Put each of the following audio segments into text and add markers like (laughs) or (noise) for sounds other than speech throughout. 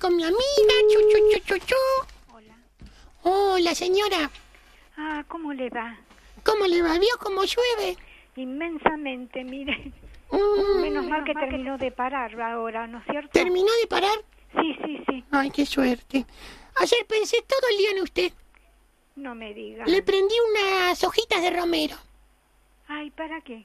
con mi amiga. Chu, chu, chu, chu, chu. Hola. Hola, señora. Ah, ¿cómo le va? ¿Cómo le va? ¿Vio cómo llueve? Inmensamente, mire. Mm, Menos mal que terminó de parar ahora, ¿no es cierto? ¿Terminó de parar? Sí, sí, sí. Ay, qué suerte. Ayer pensé todo el día en usted. No me diga. Le prendí unas hojitas de romero. Ay, ¿para qué?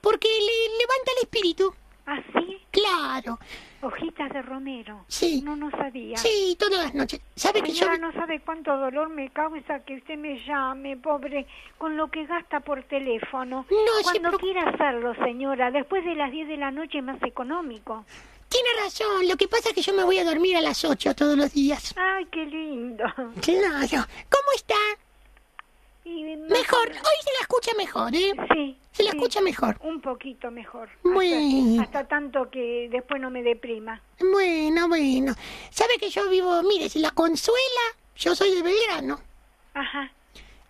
Porque le levanta el espíritu. ¿Así? Claro. Hojitas de romero. Sí. No, no sabía. Sí, todas las noches. ¿Sabe que yo... Señora, no sabe cuánto dolor me causa que usted me llame, pobre, con lo que gasta por teléfono. No, sí, Cuando pero- quiera hacerlo, señora, después de las 10 de la noche es más económico. Tiene razón. Lo que pasa es que yo me voy a dormir a las 8 todos los días. Ay, qué lindo. Claro. ¿Cómo está? Y Mejor. Hoy se la escucha mejor, ¿eh? Sí. Se la sí. escucha mejor. Un poquito mejor. Bueno. Hasta, hasta tanto que después no me deprima. Bueno, bueno. ¿Sabe que yo vivo, mire, si la consuela, yo soy de Belgrano? Ajá,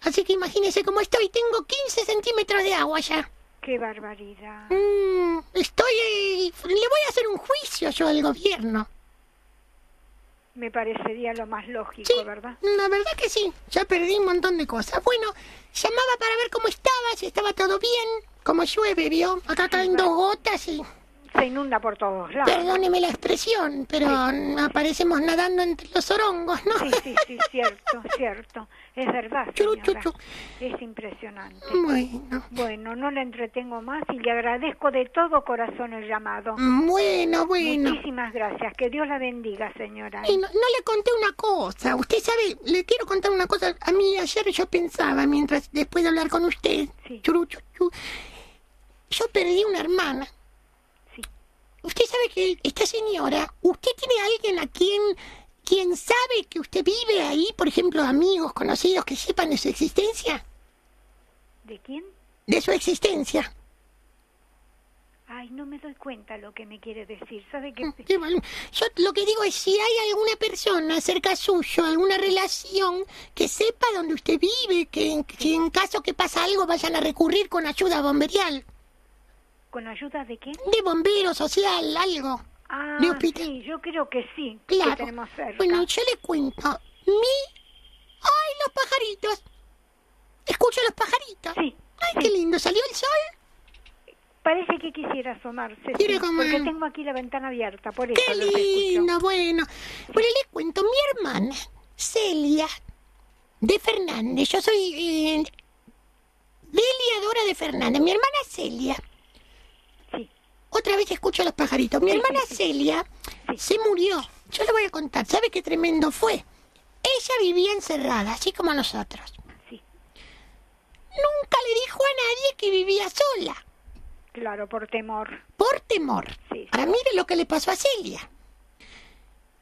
Así que imagínese cómo estoy. Tengo 15 centímetros de agua ya. qué barbaridad. Mm, estoy... eh, le voy a hacer un juicio yo al gobierno. Me parecería lo más lógico, Sí, ¿verdad? la verdad que sí. Ya perdí un montón de cosas. Bueno, llamaba para ver cómo estaba, si estaba todo bien. Como llueve, ¿vio? Acá caen dos gotas y... Se inunda por todos lados. Perdóneme la expresión, pero mm, aparecemos nadando entre los orongos, ¿no? Sí, sí, sí, cierto, cierto. Es verdad, Churu, señora. chu, Mm. chu. Es impresionante. (laughs) Bueno. Bueno, no la entretengo más y le agradezco de todo corazón el llamado. Bueno, bueno. Muchísimas gracias. Que Dios la bendiga, señora. Y no, no le conté una cosa. Usted sabe, le quiero contar una cosa. A mí ayer yo pensaba, mientras después de hablar con usted, Sí. churu, chu, chu, yo perdí una hermana. Sí. Usted sabe que esta señora, ¿usted tiene alguien a quien, quien sabe que usted vive ahí? Por ejemplo, amigos, conocidos que sepan de su existencia. ¿De quién? De su existencia. Ay, no me doy cuenta lo que me quiere decir. ¿Sabe qué? Ah, Qué mal. Mm, Yo lo que digo es si hay alguna persona cerca suyo, alguna relación que sepa dónde usted vive, que en, que en caso que pasa algo vayan a recurrir con ayuda bomberial, ¿Con ayuda de quién? de bombero social, algo. Ah, De hospital. sí, yo creo que sí, que Claro. tenemos cerca. Bueno, yo le cuento. Mi... ¡Ay, los pajaritos! Escucho los pajaritos. Sí, ¡Ay, qué lindo! ¿Salió el sol? parece que quisiera asomarse, sí, Quiere comer. porque tengo aquí la ventana abierta, por eso ¡Qué los escucho. lindo! Bueno, bueno, le cuento, mi hermana, Celia de Fernández, yo soy eh, Delia Dora de Fernández, mi hermana Celia, Sí, otra vez escucho a los pajaritos, mi Sí, hermana sí, sí. Celia Sí. se murió, yo le voy a contar, ¿sabe qué tremendo fue? Ella vivía encerrada, así como nosotros. sí, Nunca le dijo a nadie que vivía sola, claro, por temor. por temor. Sí. Ahora mire lo que le pasó a Celia.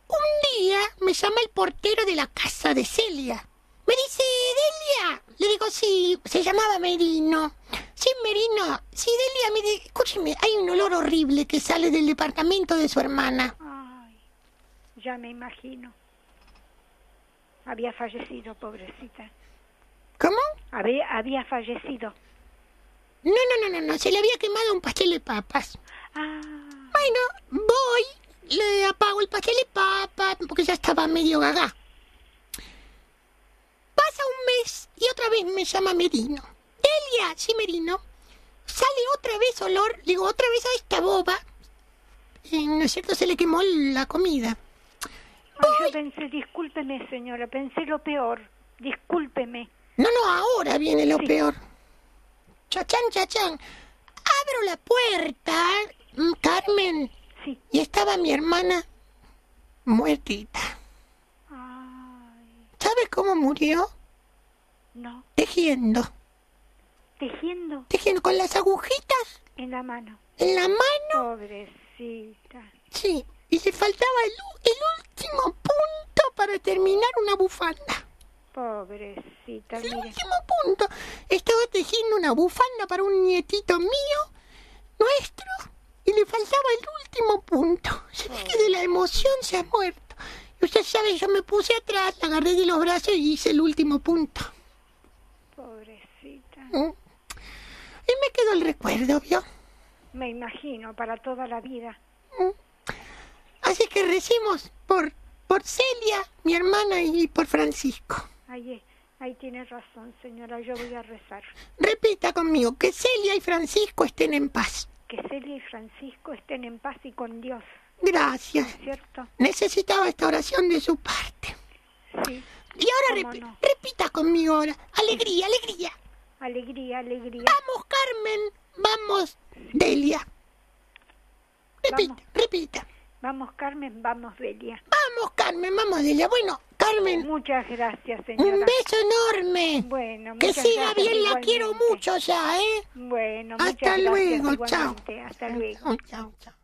Un día me llama el portero de la casa de Celia. Me dice, Delia. Le digo, sí, se llamaba Merino. Sí, Merino. Sí, Delia, me dice, escúcheme, hay un olor horrible que sale del departamento de su hermana. Ay, ya me imagino. Había fallecido, pobrecita. ¿Cómo? Había, había fallecido. No, no, no, no, no, se le había quemado un pastel de papas. Ah, Bueno, voy, le apago el pastel de papa, porque ya estaba medio gaga. Pasa un mes y otra vez me llama Merino. Delia, sí, Merino. Sale otra vez olor, digo, otra vez a esta boba. Eh, ¿No es cierto? Se le quemó la comida. ay, yo pensé, discúlpeme, señora, pensé lo peor. Discúlpeme. No, no, ahora viene lo Sí. peor. Chachán, chachán. Abro la puerta, mm, Carmen, Sí. y estaba mi hermana muertita. Ay, ¿Sabes cómo murió? no. tejiendo, Tejiendo tejiendo con las agujitas en la mano. en la mano, Pobrecita. sí, y le faltaba el, u- el último punto para terminar una bufanda. Pobrecita, El mire. último punto. Estaba tejiendo una bufanda para un nietito mío, nuestro, y le faltaba el último punto. Se ve que de la emoción se ha muerto. Y usted sabe, yo me puse atrás, la agarré de los brazos y hice el último punto. Pobrecita. ¿Mm? Y me quedó el recuerdo, ¿vio? Me imagino, para toda la vida. Mm. Así que recemos por, por Celia, mi hermana, y por Francisco. Ahí, es- ahí tiene razón, señora. Yo voy a rezar. Repita conmigo, que Celia y Francisco estén en paz. Que Celia y Francisco estén en paz y con Dios, Gracias. ¿cierto? Necesitaba esta oración de su parte. Sí. Y ahora ¿Cómo repi- no? repita conmigo ahora. Alegría, alegría. Alegría, alegría. Vamos, Carmen. Vamos, Delia. Repita, Vamos. repita. Vamos, Carmen, vamos, Delia. Vamos, Carmen, vamos, Delia. Bueno, Carmen, Muchas gracias, señora. un beso enorme. Bueno, Que muchas siga gracias bien, la quiero igualmente. mucho ya, ¿eh? Bueno, muchas Hasta gracias luego, chao. igualmente. Hasta luego. Chao, chao, chao.